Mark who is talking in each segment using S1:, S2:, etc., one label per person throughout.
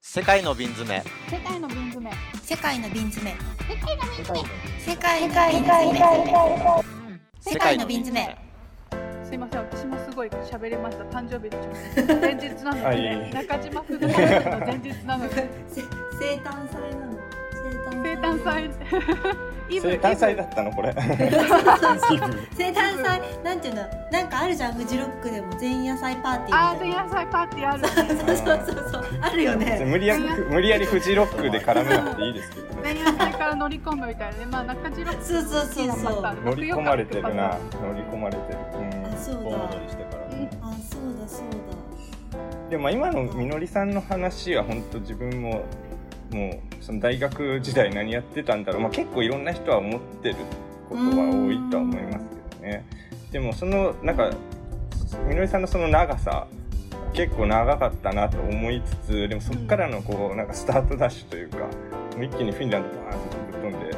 S1: 世界の瓶詰め
S2: 世界の瓶詰め
S3: 世界の瓶詰め
S2: 世界の瓶詰
S3: 世界の瓶詰め世界の瓶詰め
S2: めすいません私もすごい喋れました誕生日の直前前日なの
S4: あ
S2: で、
S4: いえいえ
S2: 中島くんの誕生日の前日なので
S5: せ生誕祭なの
S2: 生誕祭 イブ
S4: 生誕祭だったのこれ
S5: そうそう生誕祭なんていうのなんかあるじゃんフジロックでも前夜祭パーティ
S2: あ
S5: ー
S2: ー前夜
S5: みたい
S2: 祭パーティーあるね
S5: なそうそうそうそうあるよね
S4: 無理やり無理やりフジロックで絡めなくていいですけどね
S2: 前夜祭から乗り込むみたいなねまあ中島くん
S5: そうそうそう そうあ
S4: 乗り込まれてるな乗り込まれてる、
S5: そう
S6: 盆
S5: だ
S6: 踊りしてからね、
S5: あそうだそう
S4: うん、でもまあ今のみのりさんの話は本当自分ももうその大学時代何やってたんだろう、まあ、結構いろんな人は思ってることは多いとは思いますけどねでもそのなんかみのりさんのその長さ結構長かったなと思いつつでもそっからのこうなんかスタートダッシュというかもう一気にフィンランドバーンとぶっ飛んで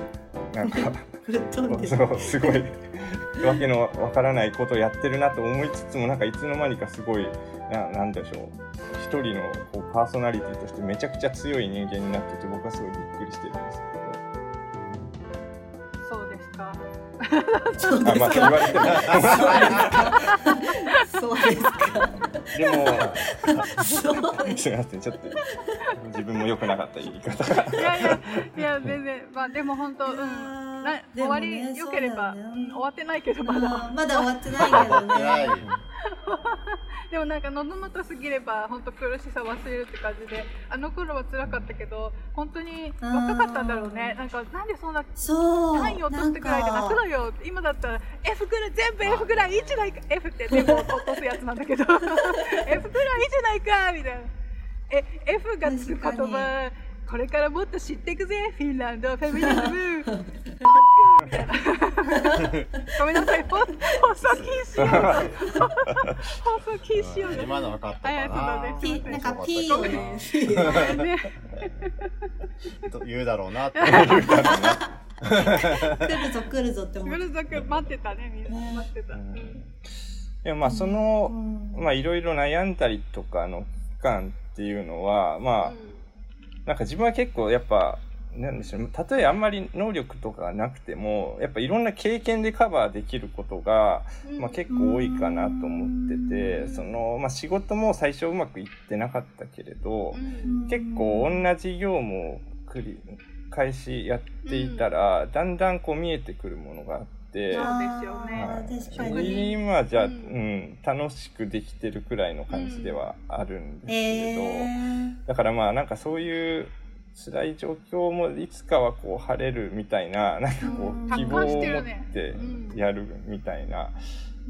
S4: なんか。
S5: だぶっ飛んでる
S4: そうすごいわけのわからないことをやってるなと思いつつもなんかいつの間にかすごいななんでしょう一人のこうパーソナリティとしてめちゃくちゃ強い人間になってて僕はすごいびっくりしてるんです
S2: そうですか
S5: そう
S4: けど
S5: で
S4: あ
S5: す
S4: まあ
S5: か
S4: 言われて
S5: そうですかそう
S4: ないで
S5: で
S4: も
S5: す
S4: すいませんちょっと自分も良くなかった言い方が
S2: いやいやいや全然まあでも本当うん な終わり良ければ、
S5: でも
S2: うん
S5: ね
S2: 終
S5: そうだよね
S2: わってないけど
S5: ま
S2: まだ
S5: だまだ終わってないけど
S6: 偉
S5: ね
S6: い
S2: でもなんか喉元過ぎれば本当苦しさ忘れるって感じであの頃は辛かったけど本当に若かったんだろうねなんかなんでそんな
S5: そう
S2: 単位落と
S5: な
S2: し
S5: ん
S2: てくらいで泣く
S5: か
S2: のよ今だったら F ぐらい全部 F ぐらいいいじゃないか F って全 部落とすやつなんだけど F ぐらいいいじゃないかみたいなえ F がつく言
S5: 確か
S2: 葉これからもっと知っていくぜフィンランドフェミニズム フックみたいなごめんなさい放放送禁止よ 放送禁止よ
S6: うん今の分かった
S2: あいや
S6: か
S2: そうだね
S6: な。
S5: ピなんかピーをね
S2: ね
S6: と言うだろうなって。
S5: 来るぞ来るぞって思
S2: ぐ
S5: って
S2: るざく待ってたねみんな待ってた、
S4: うんいやまあその、まあいろいろ悩んだりとかの期間っていうのはまあ、なんか自分は結構やっぱ、なんでしょう、たとえあんまり能力とかがなくても、やっぱいろんな経験でカバーできることが、まあ、結構多いかなと思ってて、その、まあ、仕事も最初うまくいってなかったけれど、結構同じ業務を繰り返しやっていたら、だんだんこう見えてくるものがあって、
S2: そう
S4: は
S2: ですよね
S5: あー確かに
S4: い今じゃ、
S2: う
S4: うんん、楽しくできてるくらいの感じではあるんですけれど、
S5: え
S4: だからまあなんかそういう辛い状況もいつかはこう晴れるみたいななんかこ
S5: うん
S4: う希望を持ってやるみたいな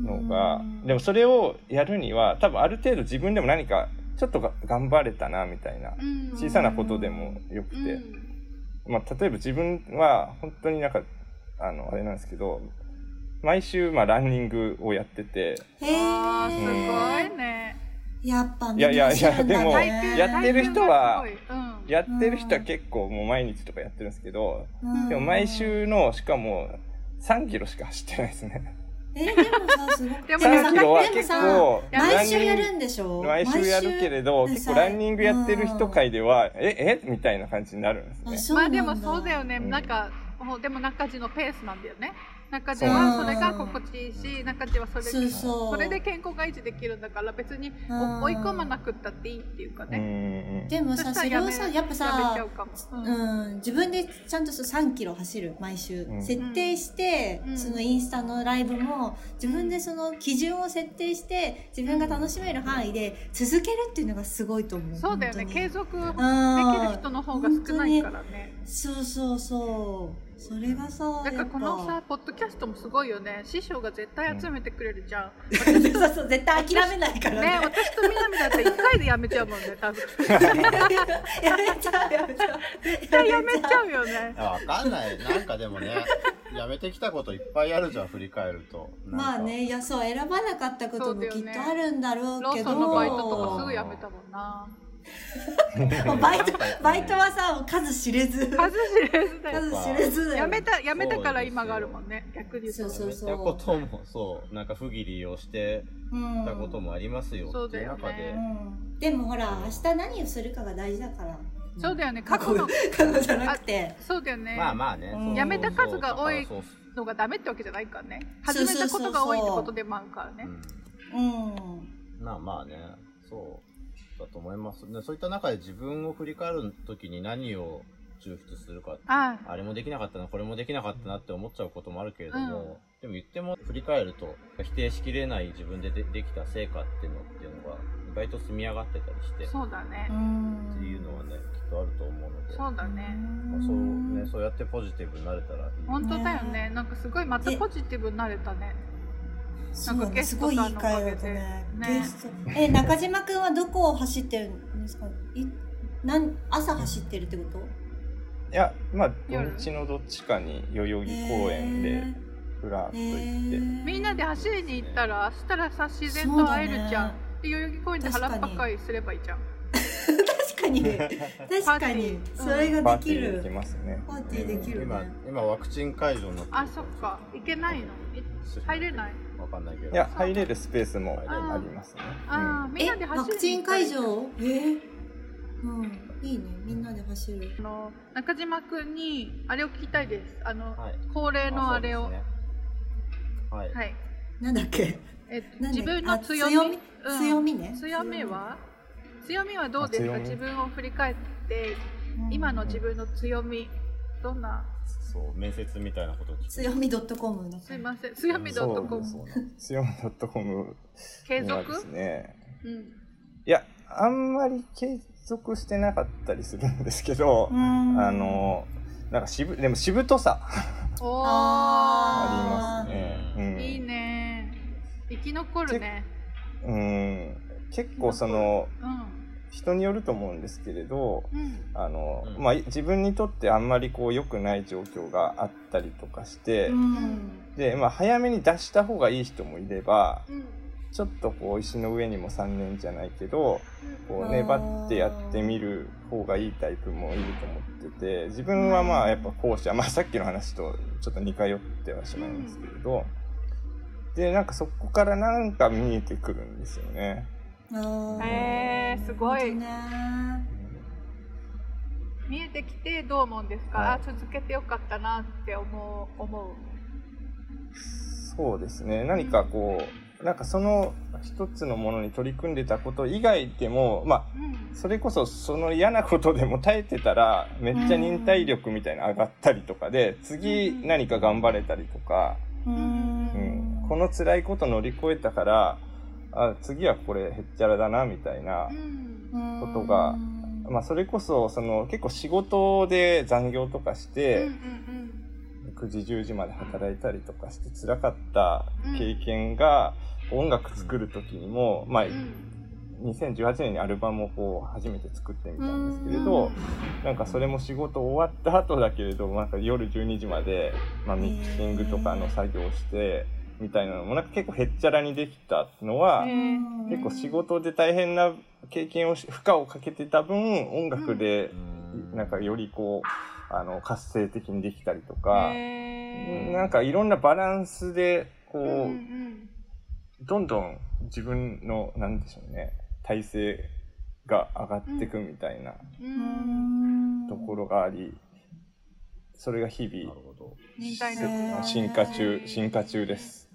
S5: ー
S4: のが
S5: うん
S4: でもそれをやるには多分ある程度自分でも何かちょっとが頑張れたなみたいな小さなことでもよくてまあ例えば自分は本当になんかあのあれなんですけど毎週まあランニングをやってて
S5: へ
S2: あーす
S5: え
S2: ごいね。
S5: やっぱ
S4: いやいやいやでも
S2: 耐久
S4: やってる人は
S2: 耐久がすごいうん
S4: やってる人は結構もう毎日とかやってるんですけど
S5: で
S4: でも毎週のしかも3キロしか走ってないですね。
S5: えでもさすごく
S2: でも
S5: さ
S4: 3キロは
S5: でも
S4: 結
S5: さ
S4: 構
S2: でもさ
S5: 毎週やる
S4: ん
S5: んでしょ
S4: 毎週やるけれど結構ランニングやってる人会ではええみたいな感じになるんですね。
S2: まあでもそうだよね。
S4: うん
S2: なんかもうでも中地のペースなんだよね。中地
S4: そう
S2: はそれが心地いいし、中地はそれ
S5: そうそう
S2: それで健康が維持できるんだから別にお
S5: うん
S2: 追い込まなくったっていいっていうか
S4: うんう
S2: ね。
S4: ん
S5: でもさ
S2: そし
S5: そ
S2: た
S5: れ
S2: ら
S5: を
S2: め
S5: さやっぱ
S2: やめちゃ
S5: さ
S2: うかも。うん
S5: うん、自分でちゃんとそう3キロ走る毎週、
S4: うん
S5: 設定して、
S2: うん
S5: そのインスタのライブも自分でその基準を設定して自分が楽しめる範囲で続けるっていうのがすごいと思う
S2: そうだよね。
S5: 本当に
S2: 継続でき
S5: うん
S2: る人の方が少ないからね。
S5: そうそうそうそれがさ
S2: なんか
S5: やっぱ
S2: このさポッドキャストもすごいよね。師匠が絶対集めてくれるじゃん。
S5: そうそう絶対諦めないからね
S2: ね、私とみなみだって一回でやめちゃうも んね。多分絶
S5: やめちゃうやめちゃう絶
S2: 対やめちゃうよね。
S6: あわかんない。なんかでもね、やめてきたこといっぱいあるじゃん、振り返ると。なんか
S5: まあ。ねいやそう選ばなかったこともきっとあるんだろう
S2: ロ
S5: け
S2: ー
S5: ど
S2: ソンのバイトとかすぐやめたもんな。
S5: もうバイトバイトはさもう数知れず
S2: 数知れずだよ
S5: 数知れずだよ
S2: やめたやめたから今があるもんね逆に言うと
S5: そうそうそう
S6: やめたこともそうなんか不義理をして
S5: うん
S6: たこともありますよ、
S2: そう
S6: って
S2: だ
S6: いう
S2: よ
S6: 中で、
S5: うんでもほら明日何をするかが大事だから
S2: そうだよね過去の
S5: 過去 じゃなくて
S2: そうだよね、
S6: まあまあね、
S5: うん
S6: そうそうそう
S5: やめ
S2: た数が多い
S6: そうそう
S2: のがダメってわけじゃないからね
S5: そう
S2: 始めたことが多いって
S5: そうそうそう
S2: ことでもあるからね
S5: うん
S6: うんまあまあねそうだと思いますねそういった中で自分を振り返る時に何を抽出するか
S2: あ
S6: あれもできなかったなこれもできなかったなって思っちゃうこともあるけれども、でも言っても振り返ると否定しきれない自分ででできた成果っていうのっていうのが意外と積み上がってたりして
S2: あ
S6: っ
S2: そうだね
S5: うん
S6: ていうのはねきっとあると思うので
S2: そうだね
S6: まあ、そうねそうやってポジティブになれたらいい
S2: 本当だよねなんかすごいまたポジティブになれたね
S5: そうだ
S2: なんかゲ
S5: ね
S2: ス
S5: す
S2: ト
S5: ごいい
S2: さん
S5: い
S2: のおか
S5: 会
S2: げで
S5: 話だね
S2: ね
S5: ゲストえ中島くんはどこを走ってるんですかいなん朝走ってるってこと
S4: いやまあ土
S2: 夜
S4: 日のどっちかに代々木公園でふらっと行って、
S2: みんなで走りに行ったらしたらさ自然
S5: そう
S2: と
S5: だ
S2: 会え
S5: ね
S2: るじゃん、で代々木公園で腹っぱかいすればいいじゃん
S5: 確かに
S2: パー
S5: 確
S2: テ
S5: か
S2: ィ
S5: に
S2: ー
S5: それ
S4: パ
S5: がで
S4: ーテ
S5: き
S4: ィーでき
S5: る
S4: ますね
S5: パーティーできる
S6: 今
S5: ね
S6: 今ワクチン会場になってる
S2: あそっか行けないのい入れない
S6: わかんないけど
S4: いや入れるスペースもありますね、
S2: ああみんなで
S5: えワ
S2: 走
S5: ク
S2: り
S5: チ
S2: に行っ
S5: ン
S2: たら
S5: 会場えうんいいねみんなで走る
S2: あの中島くんにあれを聞きたいですあの、
S6: はい
S2: 恒例のあれを、
S6: そうですねはい、
S2: はい
S5: なんだっけ
S2: えっと
S5: なんだっ
S2: 自
S5: け
S2: 分の
S5: あ
S2: 強みうん
S5: 強みね
S2: 強みは強みはどうです
S4: あ強
S2: か
S4: み
S2: 自分を振り返って
S5: うん
S2: 今の自分の強みどんな
S6: そう面接みたいなこと
S5: 強み .com の
S2: すいません強み
S4: そう
S2: .com
S4: そう強み .com
S2: 継
S4: にはです
S2: 続、
S4: ね
S2: うん、
S4: いやあんまり継続してなかったりするんですけど、
S5: うん
S4: あのなんかしぶでもしぶとさ
S2: おー
S4: あ
S5: あー
S4: りますね、うん、
S2: いいね生き残るね
S4: うん結構その
S2: うん
S4: 人によると思うんですけれど
S2: うん
S4: あの、
S6: うん
S4: まあ、自分にとってあんまりこう良くない状況があったりとかして、
S5: うん
S4: で、まあ、早めに出した方がいい人もいれば
S2: うん
S4: ちょっとこう石の上にも3年じゃないけどこ
S5: あ
S4: う
S5: ー
S4: 粘ってやってみる方がいいタイプもいると思ってて自分はまあやっぱ後者、まあ、さっきの話とちょっと似通ってはしまいますけれど、でなんかそこからなんか見えてくるんですよね。
S5: あー
S2: へーすごい
S5: 本当ね
S2: 見えてきてどう思うんですか、
S4: はい
S2: あ続けてよかったなって思う思
S4: そうですね何かこうなんかその一つのものに取り組んでたこと以外でもまあ
S2: う、うん、
S4: それこそその嫌なことでも耐えてたらめっちゃ忍耐力みたいなの上がったりとかで次何か頑張れたりとか、
S5: う
S4: うん
S5: ん、
S4: この辛いこと乗り越えたからあ次はこれへっちゃらだなみたいな
S2: う、ん
S4: ことがまあ、それこそその結構仕事で残業とかし
S2: うんう
S4: て、
S2: ん
S4: 9時10時まで働いたりとかして辛かった経験が、音楽作る時にも、まあ、
S2: うんうん
S4: 2018年にアルバムをこう初めて作ってみたんですけれ
S2: う
S4: ど
S2: ん、
S4: なんかそれも仕事終わった後だけれどなんか夜12時まで、まあ、ミキシングとかの作業をしてみたいなのもなんか結構へっちゃらにできたのは、
S2: へ
S4: 結構仕事で大変な経験をし負荷をかけてた分音楽でなんかよりこうあの活性的にできたりとか。
S2: へー
S4: なんかいろんなバランスでこう、
S2: うんうん
S4: どんどん自分のなんでしょうね体勢が上がっていくみたいな
S2: うん
S4: ところがあり、それが日
S6: なる
S4: 々
S6: ほど
S2: 忍耐力が
S4: 進化中進化中です。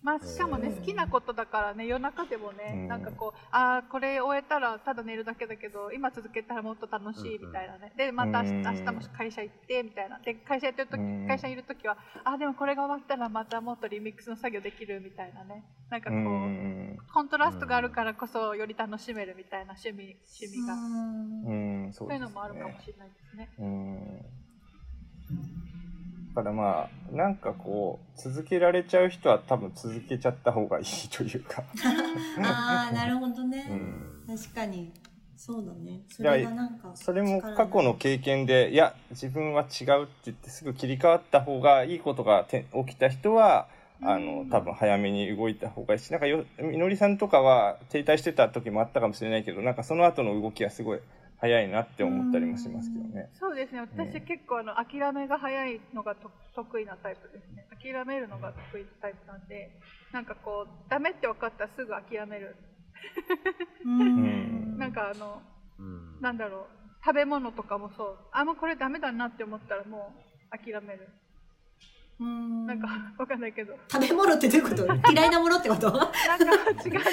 S2: まあしかもね
S6: うん
S2: 好きなことだからね夜中でもね、
S4: うん
S2: なんかこうああこれ終えたらただ寝るだけだけど今続けたらもっと楽しいみたいなね、でまた明日,、
S4: うん
S2: 明日も会社行ってみたいなで会社やってる時、
S4: うん
S2: 会社にいる時はああでもこれが終わったらまたもっとリミックスの作業できるみたいなねなんか
S4: う
S2: こう、
S4: ん
S2: コントラストがあるからこそより楽しめるみたいな趣味趣味が、
S5: うん
S4: うんそ
S2: そううい
S4: で
S2: う
S4: す
S2: のもあるかも
S4: ね。
S2: しれないですね。
S4: うんだからまあなんかこう続けられちゃう人は多分続けちゃった方がいいというか。
S5: ああなるほどね、
S4: うん
S5: 確かにそうだねそ
S4: だから
S5: れがなんか
S4: それも
S5: 力に
S4: 過去の経験でいや自分は違うって言ってすぐ切り替わった方がいいことがて起きた人はあの、多分早めに動いた方がいいし、なんかよ、みのりさんとかは停滞してた時もあったかもしれないけど、なんかその後の動きはすごい早いなって思ったりもしますけどね。
S2: そうですね。私は結構あの、諦めが早いのがと得意なタイプですね。諦めるのが得意なタイプなんで、なんかこう、ダメって分かったらすぐ諦める。なんかあの、なんだろう、食べ物とかもそう。あ、もうこれダメだなって思ったらもう諦める。うんなんか、わかんないけど。
S5: 食べ物ってどういう こと嫌いなものってことなんか、
S2: 違う、なんか、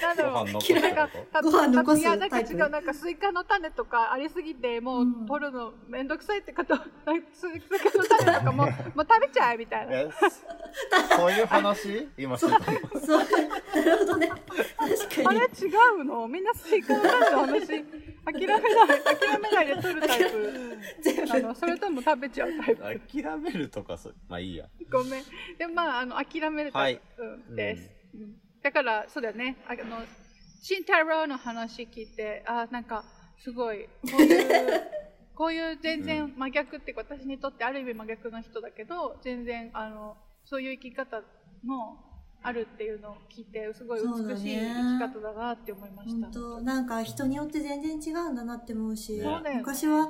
S2: なんだろう。
S6: 嫌い
S2: な、
S5: ご飯残す
S2: いや、なんか違う、なんか、スイカの種とかありすぎて、もう、取るのめんどくさいってこと、 スイカの種とかも、もう食べちゃえ、みたいな。
S6: そういう話今してた。
S5: そう、なるほどね。確かに。
S2: あれ違うのみんなスイカの種の話、諦めない、諦めないで取るタイプ。あの、それとも食べちゃうタイプ。
S6: 諦めるとか、そう。まあいいや。
S2: ごめん。でもまあ、あの、諦めるタイプ、はいうん、です、うん。だから、そうだよね。あの、慎太郎の話聞いて、あ、なんか、すごい、こういう、 こういう全然真逆って、私にとってある意味真逆の人だけど、全然、あの、そういう生き方の、あるっていうのを聞いてすごい美しい生き方だなって思いました、
S5: ね、なんか人によって全然違うんだなって思うし、ね、昔は、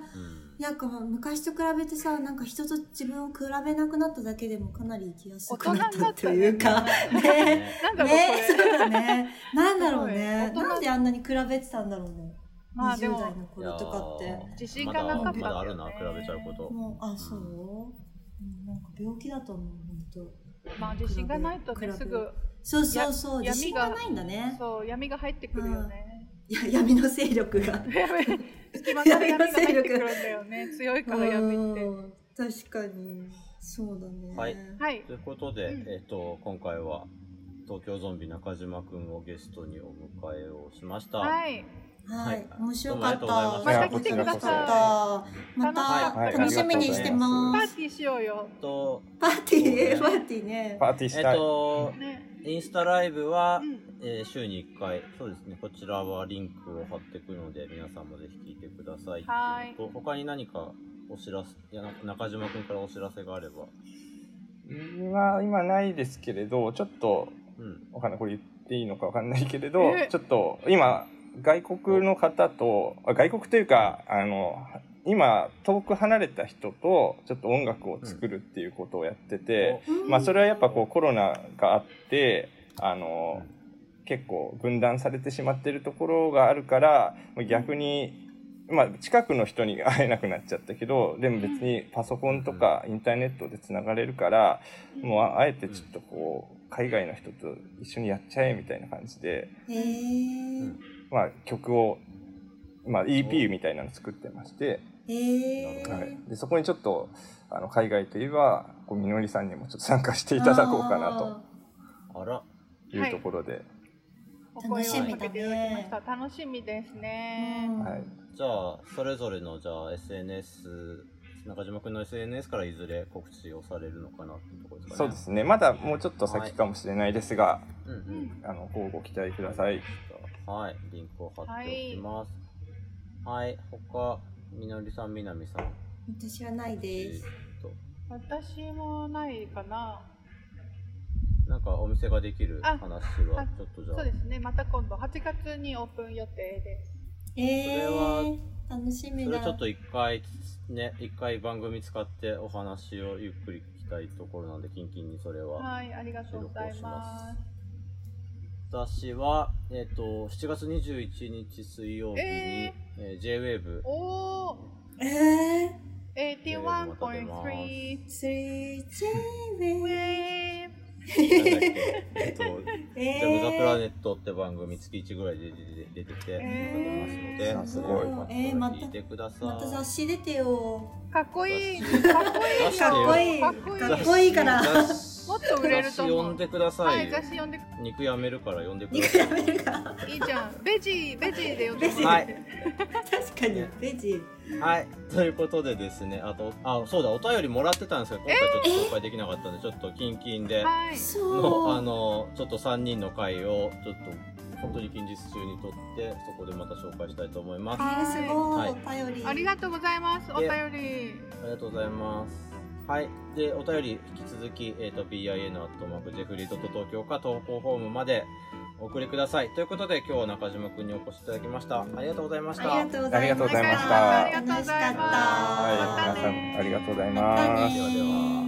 S5: なんか昔と比べてさなんか人と自分を比べなくなっただけでもかなり生きやすくなったというかねね そうだねなんだろうねなんであんなに比べてたんだろうねまあでも、代の頃とかって
S2: 自信がなかった、
S6: ま、あるな比べちゃうこと
S5: もうあそう、うん、なんか病気だと思う本当。
S2: まあ自信がないとねすぐ
S5: そうそうそう自信がないんだね
S2: そう闇が入ってくるよね、
S5: いや 闇の勢力 が
S2: 隙間から闇が入ってくるんだよね強いから闇って
S5: 確かにそうだね
S6: はい、はい、ということで、えっと今回は東京ゾンビ中島くんをゲストにお迎えをしました
S2: はい
S5: はい、面白かった。
S6: ま
S2: た来てくださ。
S5: い。また楽しみにしてます
S2: パーティーしようよ。
S6: と
S5: パーティー、パーティーね。
S4: パーティーした
S6: えっと、インスタライブは、え週に1回、そうですね、こちらはリンクを貼っていくので、皆さんもぜひ聞いてください。
S2: はい。、
S6: と他に何かお知らせ、いや中島君からお知らせがあれば。
S4: 今、今ないですけれど、ちょっと、うん、わかんない、これ言っていいのかわかんないけれど、ちょっと、今、外国の方と、外国というか、あの、今、遠く離れた人と、ちょっと音楽を作るっていうことをやってて、うん、まあ、それはやっぱこうコロナがあって、あの、結構分断されてしまってるところがあるから、逆に、まあ、近くの人に会えなくなっちゃったけど、でも別にパソコンとかインターネットで繋がれるから、もうあえてちょっとこう、海外の人と一緒にやっちゃえみたいな感じで、
S5: えー
S4: まあ、曲を、まあ、EP みたいなの作ってまして、
S5: えー、
S4: はい、でそこにちょっとあの海外といえばこうみのりさんにもちょっと参加していただこうかな
S6: とあら
S4: いうところで、は
S2: 楽
S4: い
S2: しみだね楽しみですね、
S4: はい、
S6: じゃあそれぞれのじゃあ SNS 中島君の SNS からいずれ告知をされるのかなってところですかね。
S4: そうですね。まだもうちょっと先かもしれないですが、はい、うんうん、あのご期待ください。
S6: はい、リンクを貼っておきます。はい、はい、他、みのりさん、みなみさん。
S5: 私はないです。
S2: 私もないかな。
S6: なんかお店ができる話は、ちょっとじゃ
S2: そうですね、また今度、8月にオープン予定です。
S5: えー、楽しみ
S6: それちょっと一回、ね、一回番組使ってお話をゆっくり聞きたいところなので、キンキンにそれは。
S2: はい、ありがとうございます。
S6: 私は、えっ、ー、と、7月21日水曜日に、えーえー、JWAVE。
S2: お
S5: ーえ
S2: ー
S5: 81.3JWAVE
S6: えっと、ジャム・ザ・プラネットって番組月1ぐらいで出てて、出てますので、すごい、えー、また聞いてください。ま
S5: た雑誌出てよ。
S2: かっこいい。かっこいい。かっこいい。か
S5: っこいいから。
S2: もっと売れると
S6: 思う。んでください。
S2: 雑誌読んで。
S6: 肉やめるから読んでください。
S2: いいじゃん。ベジベジで読んで
S5: ください。確かにベジ。
S6: はい。ということでですね、あと、あ、そうだ、お便りもらってたんですけど、今回ちょっと紹介できなかったんで、ちょっとキンキンで、の、あの、ちょっと3人の回を、ちょっと、本当に近日中にとってそこでまた紹介したいと思います。
S5: はい、すごい、はい、お便り。
S2: ありがとうございます。お便り。
S6: ありがとうございます。はい。で、お便り引き続き、えっ、ー、と、bin.jeffrey.tokyo か投稿フォームまでお送りください。ということで、今日は中島くんにお越しいただきました。ありがとうございました。
S5: ありがとうございました。
S4: ありがとうございました。
S5: 楽しかった。
S4: はい、皆さんありがとうございます。
S6: ではでは。